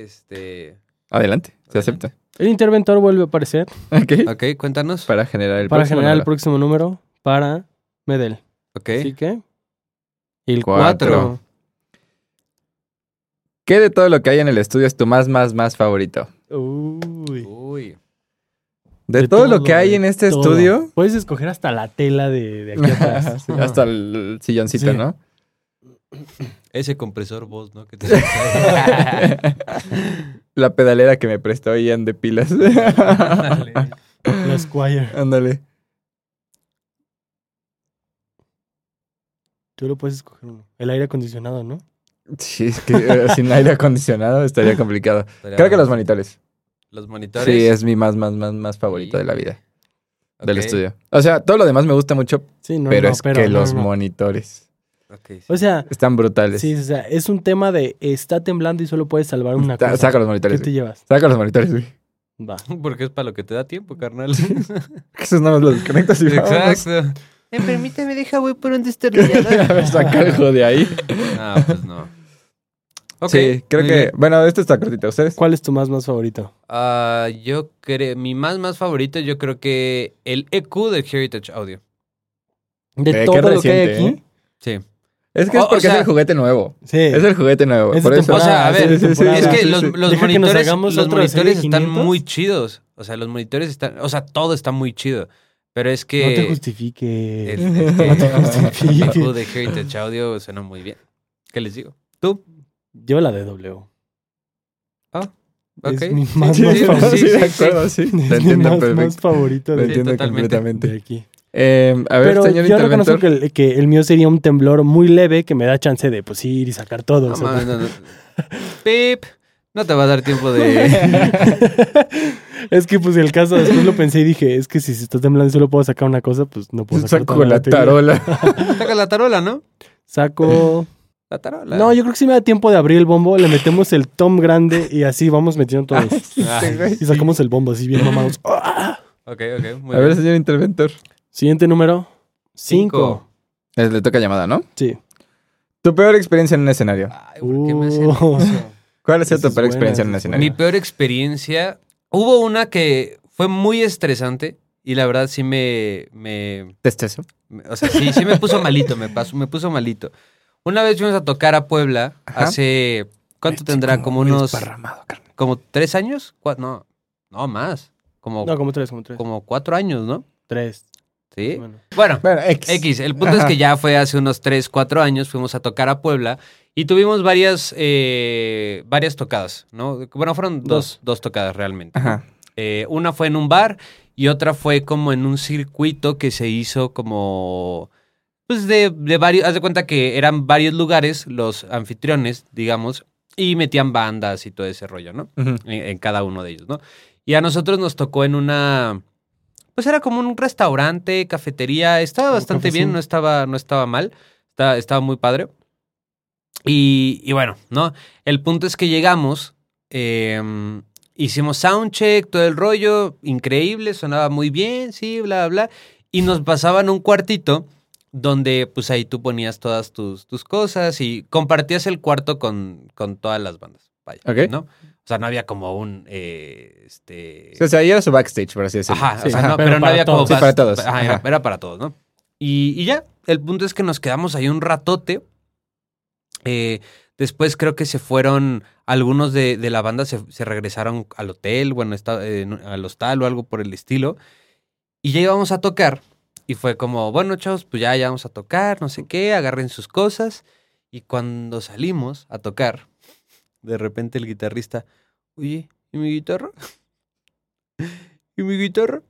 Speaker 1: este...
Speaker 2: Adelante,
Speaker 1: Adelante.
Speaker 2: se acepta.
Speaker 3: El interventor vuelve a aparecer
Speaker 2: Ok.
Speaker 1: Ok, cuéntanos.
Speaker 2: Para generar el
Speaker 3: para
Speaker 2: próximo
Speaker 3: generar el
Speaker 2: número.
Speaker 3: próximo número para Medel.
Speaker 1: Ok.
Speaker 3: Así que... El
Speaker 2: Cuatro.
Speaker 3: 4.
Speaker 2: ¿Qué de todo lo que hay en el estudio es tu más, más, más favorito?
Speaker 3: Uy.
Speaker 1: Uy.
Speaker 2: De,
Speaker 3: De
Speaker 2: todo, lo
Speaker 3: todo,
Speaker 2: que hay
Speaker 3: de
Speaker 2: en este
Speaker 3: todo.
Speaker 2: estudio.
Speaker 3: Puedes escoger hasta la tela de, de aquí atrás.
Speaker 2: Sí, hasta el silloncito,
Speaker 3: Sí.
Speaker 2: ¿no?
Speaker 1: Ese compresor voz, ¿no? Que te-
Speaker 2: La pedalera que me prestó Ian de pilas.
Speaker 3: Dale. La Squire.
Speaker 2: Ándale.
Speaker 3: Tú lo puedes escoger uno. El aire acondicionado, ¿no?
Speaker 2: Sí, es que eh, sin aire acondicionado estaría complicado. Creo que los monitores.
Speaker 1: Los monitores.
Speaker 2: Sí, es mi más, más, más, más favorito de la vida,
Speaker 1: Ok,
Speaker 2: del estudio. O sea, todo lo demás me gusta mucho,
Speaker 3: Sí, no,
Speaker 2: pero
Speaker 3: no,
Speaker 2: es que
Speaker 3: no,
Speaker 2: los
Speaker 3: no.
Speaker 2: monitores
Speaker 1: ok, sí.
Speaker 3: O sea,
Speaker 2: están brutales.
Speaker 3: sí, o sea, es un tema de está temblando y solo puedes salvar una
Speaker 2: Sa-
Speaker 3: cosa.
Speaker 2: Saca los
Speaker 3: ¿Qué
Speaker 2: monitores,
Speaker 3: te
Speaker 2: güey.
Speaker 3: llevas?
Speaker 2: Saca los monitores, güey.
Speaker 3: Va.
Speaker 1: Porque es para lo que te da tiempo, carnal.
Speaker 2: Esos no los desconectas y vámonos.
Speaker 1: Exacto. Eh, permíteme, deja, voy por un
Speaker 2: A ver, saca el juego de ahí.
Speaker 1: Ah, pues no. Ok.
Speaker 2: sí, creo
Speaker 1: muy
Speaker 2: que...
Speaker 1: bien.
Speaker 2: Bueno, este está cortito. ¿Ustedes?
Speaker 3: ¿Cuál es tu más más favorito?
Speaker 1: Ah, yo creo. Mi más, más favorito, yo creo que el EQ del Heritage Audio.
Speaker 3: De
Speaker 2: Eh, qué
Speaker 3: todo lo que hay
Speaker 2: reciente,
Speaker 3: aquí.
Speaker 1: Sí.
Speaker 2: Es que es
Speaker 1: O- o
Speaker 2: porque es
Speaker 1: sea-
Speaker 2: el juguete nuevo.
Speaker 3: Sí.
Speaker 2: Es el juguete nuevo.
Speaker 3: Es de
Speaker 2: por eso.
Speaker 1: O sea, a
Speaker 3: sí,
Speaker 1: ver,
Speaker 3: sí, sí,
Speaker 1: es
Speaker 3: sí,
Speaker 1: que
Speaker 3: sí,
Speaker 1: los,
Speaker 3: sí.
Speaker 1: los
Speaker 3: Deja que nos
Speaker 1: monitores,
Speaker 3: hagamos
Speaker 1: los
Speaker 3: otra serie
Speaker 1: monitores
Speaker 3: de
Speaker 1: están
Speaker 3: 500.
Speaker 1: muy chidos. O sea, los monitores están. O sea, todo está muy chido. Pero es
Speaker 3: No te
Speaker 1: que.
Speaker 3: justifiques.
Speaker 1: el- el
Speaker 2: No te
Speaker 1: que- el
Speaker 3: justifiques.
Speaker 1: EQ de Heritage Audio suena muy bien. ¿Qué les digo? ¿Tú?
Speaker 3: Yo la de W.
Speaker 1: Ok.
Speaker 3: Es mi más
Speaker 2: Sí,
Speaker 3: más
Speaker 2: sí, sí,
Speaker 3: favorito.
Speaker 2: de
Speaker 1: sí, sí.
Speaker 2: acuerdo, Ah, sí.
Speaker 3: Es
Speaker 2: Te
Speaker 3: mi
Speaker 2: entiendo
Speaker 3: más,
Speaker 2: perfecto.
Speaker 3: más favorito
Speaker 2: Lo
Speaker 3: de,
Speaker 1: Sí,
Speaker 2: entiendo
Speaker 1: totalmente.
Speaker 2: completamente.
Speaker 3: de aquí.
Speaker 2: Eh, a ver,
Speaker 3: Pero
Speaker 2: señor
Speaker 3: yo reconozco
Speaker 2: interventor.
Speaker 3: que el, que el mío sería un temblor muy leve que me da chance de pues ir y sacar todo.
Speaker 1: No,
Speaker 3: o sea,
Speaker 1: mames, no, no. Pip. No te va a dar tiempo de.
Speaker 3: es que pues el caso después lo pensé y dije, es que si se está temblando y solo puedo sacar una cosa, pues no puedo sacar
Speaker 2: Saco
Speaker 3: toda
Speaker 2: la
Speaker 3: batería.
Speaker 2: tarola. Eh,
Speaker 1: Saca la tarola, ¿no?
Speaker 3: Saco...
Speaker 1: La tarola.
Speaker 3: No, yo creo que si me da tiempo de abrir el bombo, le metemos el tom grande y así vamos metiendo todos.
Speaker 1: Ay,
Speaker 3: y sacamos el bombo así bien mamados. ¡Ah!
Speaker 1: Ah, Ok, ok. Muy
Speaker 2: A ver,
Speaker 1: bien.
Speaker 2: señor interventor.
Speaker 3: Siguiente número.
Speaker 1: Cinco.
Speaker 3: Cinco.
Speaker 2: Eh, Le toca llamada, ¿no?
Speaker 3: Sí.
Speaker 2: Tu peor experiencia en un escenario.
Speaker 1: Ay, ¿por qué me hacen
Speaker 3: Uh.
Speaker 1: eso?
Speaker 2: ¿Cuál ha sido
Speaker 3: Esa
Speaker 2: tu peor
Speaker 3: es buena,
Speaker 2: experiencia en un
Speaker 3: esa es
Speaker 2: escenario?
Speaker 1: Mi peor experiencia. Hubo una que fue muy estresante y la verdad sí me. me
Speaker 2: Testezo.
Speaker 1: me- o sea, sí, sí me puso malito, me, pasó, me puso malito. Una vez fuimos a tocar a Puebla
Speaker 2: Ajá.
Speaker 1: hace. ¿Cuánto tendrá? Como unos.
Speaker 2: Desparramado, carnal.
Speaker 1: Como tres años? Cua- No, no más. Como,
Speaker 3: No, como tres, como tres.
Speaker 1: como cuatro años, ¿no?
Speaker 3: Tres.
Speaker 1: ¿Sí?
Speaker 3: Bueno.
Speaker 1: Bueno,
Speaker 2: Bueno, X.
Speaker 1: X, el punto es que ya fue hace unos 3, 4 años, fuimos a tocar a Puebla y tuvimos varias, eh, varias tocadas, ¿no? Bueno, fueron dos, dos tocadas realmente.
Speaker 2: Ajá.
Speaker 1: Eh, una fue en un bar y otra fue como en un circuito que se hizo como... Pues de, de varios, haz de cuenta que eran varios lugares los anfitriones, digamos, y metían bandas y todo ese rollo, ¿no?
Speaker 2: Ujú.
Speaker 1: en, en cada uno de ellos, ¿no? Y a nosotros nos tocó en una. Pues era como un restaurante, cafetería. Estaba
Speaker 3: Como
Speaker 1: bastante
Speaker 3: cafecín.
Speaker 1: bien, no estaba, no estaba mal. Estaba, estaba muy padre. Y, y bueno, ¿no? El punto es que llegamos. eh, hicimos soundcheck, todo el rollo. Increíble, sonaba muy bien, sí, bla, bla. Y nos pasaban un cuartito donde pues ahí tú ponías todas tus, tus cosas y compartías el cuarto con, con todas las bandas. Vaya,
Speaker 2: Ok.
Speaker 1: ¿no? O sea, no había como un eh, este.
Speaker 2: Sí, o sea, ahí era su backstage, por así decirlo.
Speaker 1: Ajá,
Speaker 3: sí.
Speaker 1: o sea,
Speaker 2: Ajá.
Speaker 1: no,
Speaker 3: Pero
Speaker 1: pero, no
Speaker 3: para
Speaker 1: había
Speaker 3: todos.
Speaker 1: como
Speaker 2: Sí,
Speaker 1: pas-
Speaker 2: para todos.
Speaker 1: Ajá, era,
Speaker 2: Ajá.
Speaker 1: era para todos, ¿no? Y, y ya, el punto es que nos quedamos ahí un ratote. Eh, después creo que se fueron, algunos de, de la banda se, se regresaron al hotel, bueno, está, eh, en un- al hostal o algo por el estilo. Y ya íbamos a tocar. Y fue como, bueno, chavos, pues ya, ya vamos a tocar, no sé qué, agarren sus cosas. Y cuando salimos a tocar, de repente el guitarrista, oye, ¿y mi guitarra? ¿Y mi guitarra?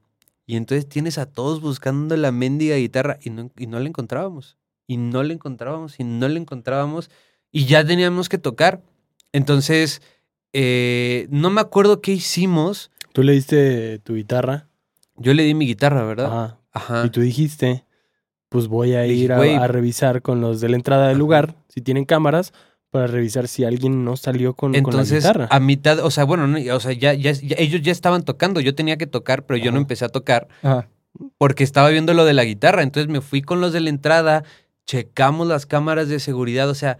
Speaker 1: Y entonces tienes a todos buscando la mendiga guitarra y no, y no la encontrábamos. Y no la encontrábamos y no la encontrábamos. Y ya teníamos que tocar. Entonces, eh, no me acuerdo qué hicimos.
Speaker 3: Tú le diste tu guitarra
Speaker 1: Yo le di mi guitarra, ¿verdad?
Speaker 3: ajá,
Speaker 1: Ajá.
Speaker 3: Ah, y tú dijiste, pues voy a
Speaker 1: Ah. Le dije,
Speaker 3: ir a,
Speaker 1: "Güey".
Speaker 3: a revisar con los de la entrada del
Speaker 1: Ajá.
Speaker 3: lugar, si tienen cámaras, para revisar si alguien no salió con, con
Speaker 1: Entonces,
Speaker 3: la guitarra.
Speaker 1: a mitad, o sea, bueno, no, o sea, ya, ya- ya- ellos ya estaban tocando. Yo tenía que tocar, pero yo no
Speaker 3: Ajá.
Speaker 1: empecé a tocar
Speaker 2: Ajá.
Speaker 1: porque estaba viendo lo de la guitarra. Entonces me fui con los de la entrada, checamos las cámaras de seguridad, o sea,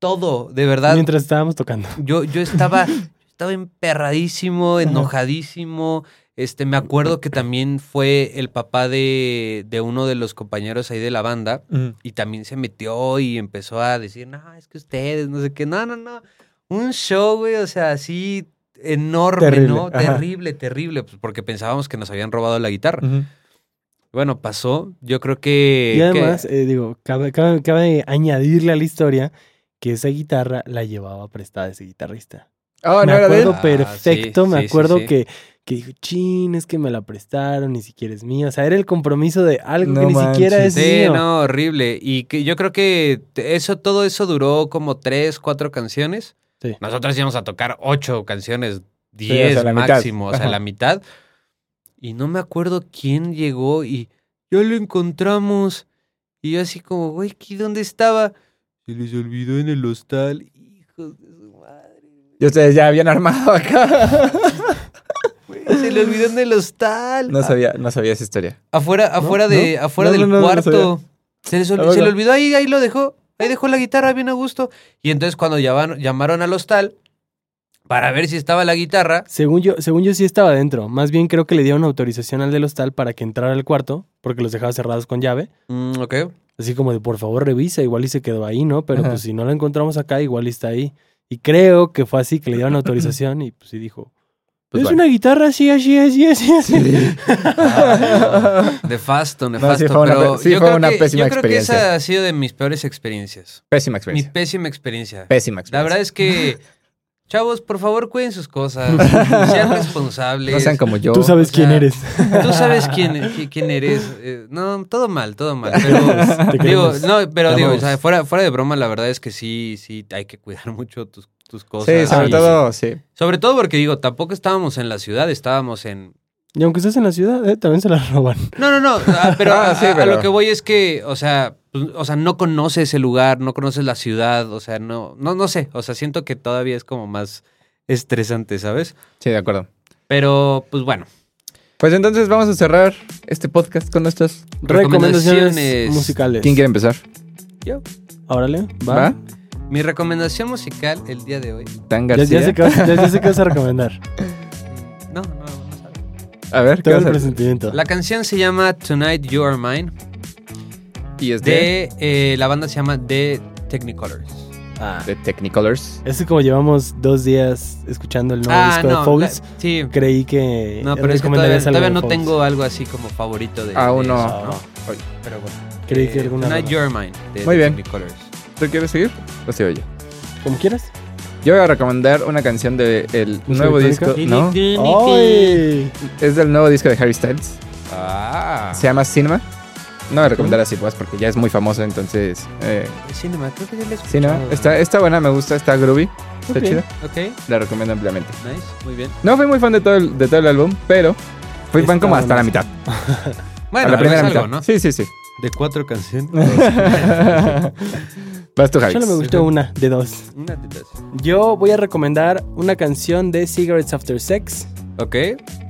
Speaker 1: todo, de verdad.
Speaker 3: Mientras estábamos tocando.
Speaker 1: Yo, yo estaba, estaba emperradísimo, enojadísimo. Este, me acuerdo que también fue el papá de, de uno de los compañeros ahí de la banda
Speaker 2: Ujú.
Speaker 1: y también se metió y empezó a decir, no, es que ustedes, no sé qué, no, no, no. Un show, güey, o sea, así enorme,
Speaker 2: Terrible,
Speaker 1: ¿no?
Speaker 2: ajá. Mm.
Speaker 1: Terrible, terrible, pues, porque pensábamos que nos habían robado la guitarra.
Speaker 2: Ujú.
Speaker 1: Bueno, pasó, yo creo que...
Speaker 3: y
Speaker 1: que-
Speaker 3: además, eh, digo, cabe, cabe- cabe añadirle a la historia que esa guitarra la llevaba prestada ese guitarrista.
Speaker 2: Oh,
Speaker 3: me
Speaker 2: no era de él.
Speaker 3: acuerdo
Speaker 1: Ah,
Speaker 3: perfecto,
Speaker 1: sí,
Speaker 3: me
Speaker 1: sí, sí,
Speaker 3: acuerdo
Speaker 1: sí.
Speaker 3: que, que dijo, chin, es que me la prestaron, ni siquiera es mía. O sea, era el compromiso de algo
Speaker 2: No
Speaker 3: que ni siquiera es
Speaker 2: manches.
Speaker 1: Sí,
Speaker 3: mío.
Speaker 1: no, horrible. Y que yo creo que te- eso, todo eso duró como tres, cuatro canciones.
Speaker 3: Sí.
Speaker 1: Nosotros íbamos a tocar ocho canciones,
Speaker 2: o sea,
Speaker 1: diez
Speaker 2: la mitad.
Speaker 1: máximo, o sea,
Speaker 2: Ajá.
Speaker 1: la mitad. Y no me acuerdo quién llegó y ya lo encontramos. Y yo así como, güey, ¿qué- ¿dónde estaba? Se les olvidó en el hostal. Hijos de su madre.
Speaker 2: Y ustedes ya habían armado acá.
Speaker 1: güey, Se le olvidó en el hostal.
Speaker 2: No sabía, no sabía esa historia.
Speaker 1: Afuera, afuera de,
Speaker 2: no,
Speaker 1: afuera
Speaker 2: no, no,
Speaker 1: del
Speaker 2: no, no
Speaker 1: cuarto.
Speaker 2: sabía. Ah,
Speaker 1: se, les ol-
Speaker 2: Tampoco.
Speaker 1: se le olvidó ahí, ahí lo dejó. Ahí dejó la guitarra bien a gusto. Y entonces cuando llamaron, llamaron al hostal para ver si estaba la guitarra.
Speaker 3: Según yo, según yo sí estaba adentro. Más bien creo que le dieron autorización al del hostal para que entrara al cuarto, porque los dejaba cerrados con llave.
Speaker 1: Mm, ok.
Speaker 3: Así como de por favor revisa, igual y se quedó ahí, ¿no? Pero
Speaker 2: Ajá.
Speaker 3: pues si no la encontramos acá, igual y está ahí. Y creo que fue así que le dieron autorización y pues sí dijo.
Speaker 2: Pues
Speaker 3: es
Speaker 2: vale.
Speaker 3: una guitarra así, así, así, así, así.
Speaker 1: Ah, no. nefasto, nefasto.
Speaker 2: sí fue una
Speaker 1: pero
Speaker 2: pe- sí
Speaker 1: yo
Speaker 2: fue
Speaker 1: creo
Speaker 2: una
Speaker 1: que-
Speaker 2: pésima
Speaker 1: Yo creo que
Speaker 2: experiencia.
Speaker 1: esa ha sido de mis peores experiencias.
Speaker 2: Pésima
Speaker 1: Mi
Speaker 2: experiencia.
Speaker 1: pésima experiencia.
Speaker 2: Pésima experiencia.
Speaker 1: La verdad es que, chavos, por favor, cuiden sus cosas. Sean responsables.
Speaker 2: No sean como yo.
Speaker 3: Tú sabes
Speaker 1: o sea,
Speaker 3: quién eres.
Speaker 1: Tú sabes quién, qui- quién eres. eh, no, todo mal, todo mal. Pero,
Speaker 3: Te
Speaker 1: digo,
Speaker 3: queremos.
Speaker 1: no, pero
Speaker 3: Te
Speaker 1: digo, o
Speaker 3: amamos.
Speaker 1: sea, fuera, fuera de broma, la verdad es que sí, sí, hay que cuidar mucho tus, tus cosas.
Speaker 2: Sí, sobre
Speaker 1: Y-
Speaker 2: todo, sí.
Speaker 1: Sobre todo porque digo, tampoco estábamos en la ciudad, estábamos en.
Speaker 3: Y aunque estés en la ciudad, eh, también se la roban.
Speaker 1: No, no, no. ah, pero,
Speaker 2: Ah,
Speaker 1: a-
Speaker 2: sí,
Speaker 1: a, a
Speaker 2: pero-
Speaker 1: lo que voy es que, o sea, pues, o sea, no conoces el lugar, no conoces la ciudad, o sea, no, no, no sé. O sea, siento que todavía es como más estresante, ¿sabes?
Speaker 2: Sí, de acuerdo.
Speaker 1: Pero, pues bueno.
Speaker 2: Pues entonces vamos a cerrar este podcast con nuestras.
Speaker 3: Recomendaciones
Speaker 1: Recomendaciones.
Speaker 3: musicales.
Speaker 2: ¿Quién quiere empezar?
Speaker 3: Órale, va.
Speaker 2: ¿Va?
Speaker 1: Mi recomendación musical el día de hoy.
Speaker 2: Dan
Speaker 3: Ya,
Speaker 2: García.
Speaker 3: ya sé que vas, ya- ya sé que vas a recomendar.
Speaker 1: No, no, no sabes.
Speaker 2: A ver, ¿qué
Speaker 3: Tengo el
Speaker 2: vas a-
Speaker 3: presentimiento.
Speaker 1: La canción se llama Tonight You Are Mine.
Speaker 2: Y es de-
Speaker 1: De eh, la banda se llama The Technicolors.
Speaker 3: Ah.
Speaker 2: de Technicolors.
Speaker 3: Es que como llevamos dos días escuchando el nuevo
Speaker 1: ah,
Speaker 3: disco de
Speaker 1: no. la-
Speaker 3: Foles,
Speaker 1: sí.
Speaker 3: creí que.
Speaker 1: No, pero es que todavía,
Speaker 3: recomendarías algo
Speaker 1: todavía
Speaker 3: de
Speaker 1: no
Speaker 3: Foles.
Speaker 1: tengo algo así como favorito de.
Speaker 2: Aún
Speaker 1: de
Speaker 2: no.
Speaker 1: eso,
Speaker 2: Ay.
Speaker 1: Pero bueno.
Speaker 3: Creí que
Speaker 1: Eh,
Speaker 3: alguna.
Speaker 1: Not
Speaker 3: rola.
Speaker 1: Your Mind. De
Speaker 2: Muy bien.
Speaker 1: Technicolors.
Speaker 2: ¿Tú quieres seguir? Lo sigo yo.
Speaker 3: Como quieras.
Speaker 2: Yo voy a recomendar una canción del el nuevo
Speaker 3: electrónica?
Speaker 2: disco. No,
Speaker 3: ¡Ay!
Speaker 2: es del nuevo disco de Harry Styles.
Speaker 1: Ah.
Speaker 2: Se llama Cinema. No voy a recomendar así, pues, porque ya es muy famoso, entonces. Eh,
Speaker 1: Cinema, creo que ya la he
Speaker 2: Cinema.
Speaker 1: escuchado.
Speaker 2: Está, está buena, me gusta, está groovy. Está
Speaker 3: Ah. Ok.
Speaker 2: chida.
Speaker 1: Ok,
Speaker 2: La recomiendo ampliamente.
Speaker 1: nice, muy bien.
Speaker 2: No fui muy fan de todo el, de todo el álbum, pero fui fan
Speaker 3: Está
Speaker 2: como hasta la
Speaker 3: buena.
Speaker 2: mitad.
Speaker 1: Bueno,
Speaker 2: a
Speaker 1: pero
Speaker 2: la primera
Speaker 1: es
Speaker 2: mitad.
Speaker 1: algo, ¿no?
Speaker 2: Sí, sí, sí.
Speaker 1: De cuatro canciones.
Speaker 2: Vas tú, Javis.
Speaker 3: Solo me gustó una de dos.
Speaker 1: Una de dos.
Speaker 3: Yo voy a recomendar una canción de Cigarettes After Sex.
Speaker 1: Ok,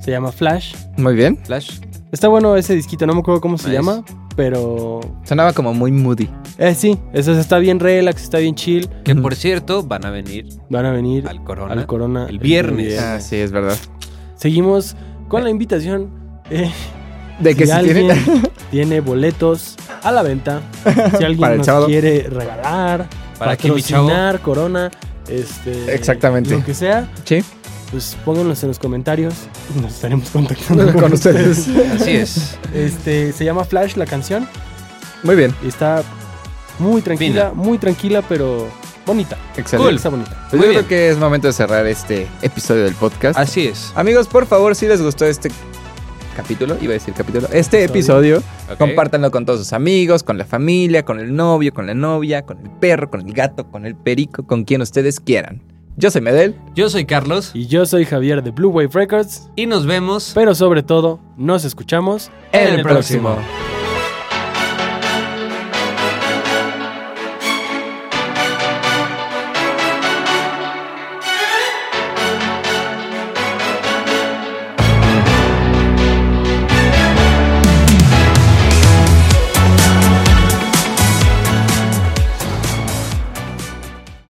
Speaker 3: Se llama Flash.
Speaker 2: Muy bien.
Speaker 1: Flash.
Speaker 3: Está bueno ese disquito, no me acuerdo cómo se
Speaker 1: Nice.
Speaker 3: llama, pero.
Speaker 2: Sonaba como muy moody.
Speaker 3: Eh, sí, eso está bien relax, está bien chill.
Speaker 2: Mm.
Speaker 1: Que por cierto, van a venir
Speaker 3: Van a venir
Speaker 1: al Corona.
Speaker 3: al Corona
Speaker 1: el viernes.
Speaker 2: Ah, sí, es verdad.
Speaker 3: Seguimos con la invitación. eh,
Speaker 2: De que
Speaker 3: si
Speaker 2: si
Speaker 3: alguien
Speaker 2: tiene.
Speaker 3: tiene boletos a la venta, si alguien
Speaker 2: Para el
Speaker 3: nos
Speaker 2: sábado.
Speaker 3: quiere regalar,
Speaker 1: Para que mi chavo.
Speaker 3: patrocinar, corona, este,
Speaker 2: Exactamente.
Speaker 3: lo que sea,
Speaker 2: Sí,
Speaker 3: pues pónganos en los comentarios. Nos estaremos contactando
Speaker 2: con ustedes.
Speaker 1: Así es.
Speaker 3: Este, se llama Flash la canción
Speaker 2: Muy bien.
Speaker 3: y está muy tranquila, muy tranquila, pero bonita.
Speaker 2: Excelente.
Speaker 3: Está bonita.
Speaker 2: Pues
Speaker 1: Muy
Speaker 2: yo
Speaker 1: bien.
Speaker 2: creo que es momento de cerrar este episodio del podcast.
Speaker 1: Así es.
Speaker 2: Amigos, por favor, si les gustó este capítulo, iba a decir capítulo, este
Speaker 3: Episodio.
Speaker 2: episodio,
Speaker 1: Ok.
Speaker 2: compártanlo con todos sus amigos, con la familia, con el novio, con la novia, con el perro, con el gato, con el perico, con quien ustedes quieran. Yo soy Medel.
Speaker 1: Yo soy Carlos
Speaker 3: Y yo soy Javier de Blue Wave Records,
Speaker 1: y nos vemos
Speaker 3: pero sobre todo nos escuchamos
Speaker 2: En el próximo.
Speaker 1: próximo.